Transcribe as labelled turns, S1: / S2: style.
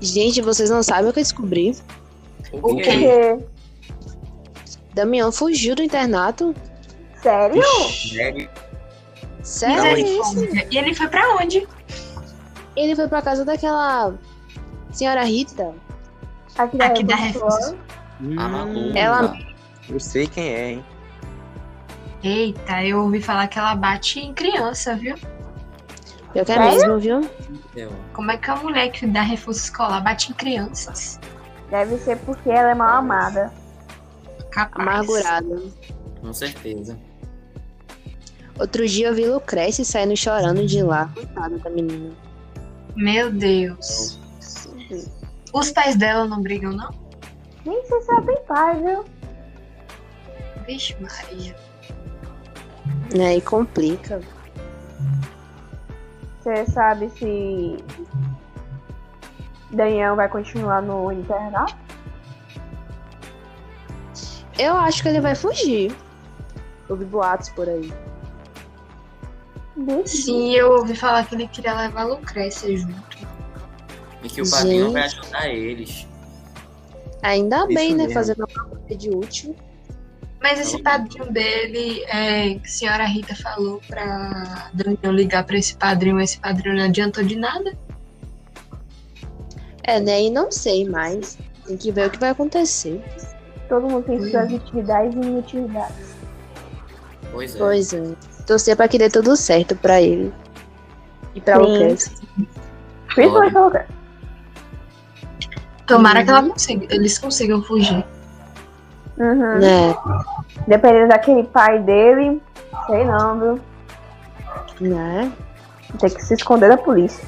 S1: Gente, vocês não sabem o que eu descobri.
S2: O
S3: quê?
S2: quê?
S1: Damião fugiu do internato.
S2: Sério?
S3: Sério?
S1: Sério?
S3: Não,
S1: isso?
S4: E ele foi pra onde?
S1: Ele foi pra casa daquela senhora Rita.
S2: Aqui da,
S4: Aqui da
S2: Revolução.
S5: Tá
S3: Ah, maluco.
S1: Ela-
S3: Eu sei quem é, hein?
S4: Eita, eu ouvi falar que ela bate em criança, viu?
S1: Eu quero
S2: Sério?
S1: mesmo, viu?
S3: Eu.
S4: Como é que a mulher que dá reforço escolar bate em crianças?
S2: Deve ser porque ela é mal amada.
S4: Capaz.
S1: Amargurado.
S5: Com certeza.
S1: Outro dia eu vi Lucrece saindo chorando de lá. Coitada da menina.
S4: Meu Deus. Os pais dela não brigam, não?
S2: Nem sei se ela tem pai, viu?
S4: Vixe, Maria.
S1: Né? E complica.
S2: Você sabe se Daniel vai continuar no internato?
S1: Eu acho que ele vai fugir. Houve boatos por aí.
S4: Sim, eu ouvi falar que ele queria levar a Lucrécia junto.
S5: E que o padrinho
S1: Gente.
S5: vai ajudar eles.
S1: Ainda
S3: Isso
S1: bem, né?
S3: mesmo.
S1: Fazendo uma coisa de útil.
S4: Mas esse padrinho dele, é, que a senhora Rita falou pra Daniel ligar pra esse padrinho, esse padrinho não adiantou de nada.
S1: É, né? E não sei mais. Tem que ver o que vai acontecer.
S2: Todo mundo tem suas atividades e inutilidades.
S5: Pois é.
S1: Pois é. Torcer pra que dê tudo certo pra ele. E pra
S2: Sim.
S1: Lucrece.
S2: Principalmente pelo cara.
S4: Tomara que ela consiga, eles consigam fugir.
S2: Uhum.
S1: Né?
S2: Dependendo daquele pai dele, sei não, viu?
S1: Né?
S2: Tem que se esconder da polícia.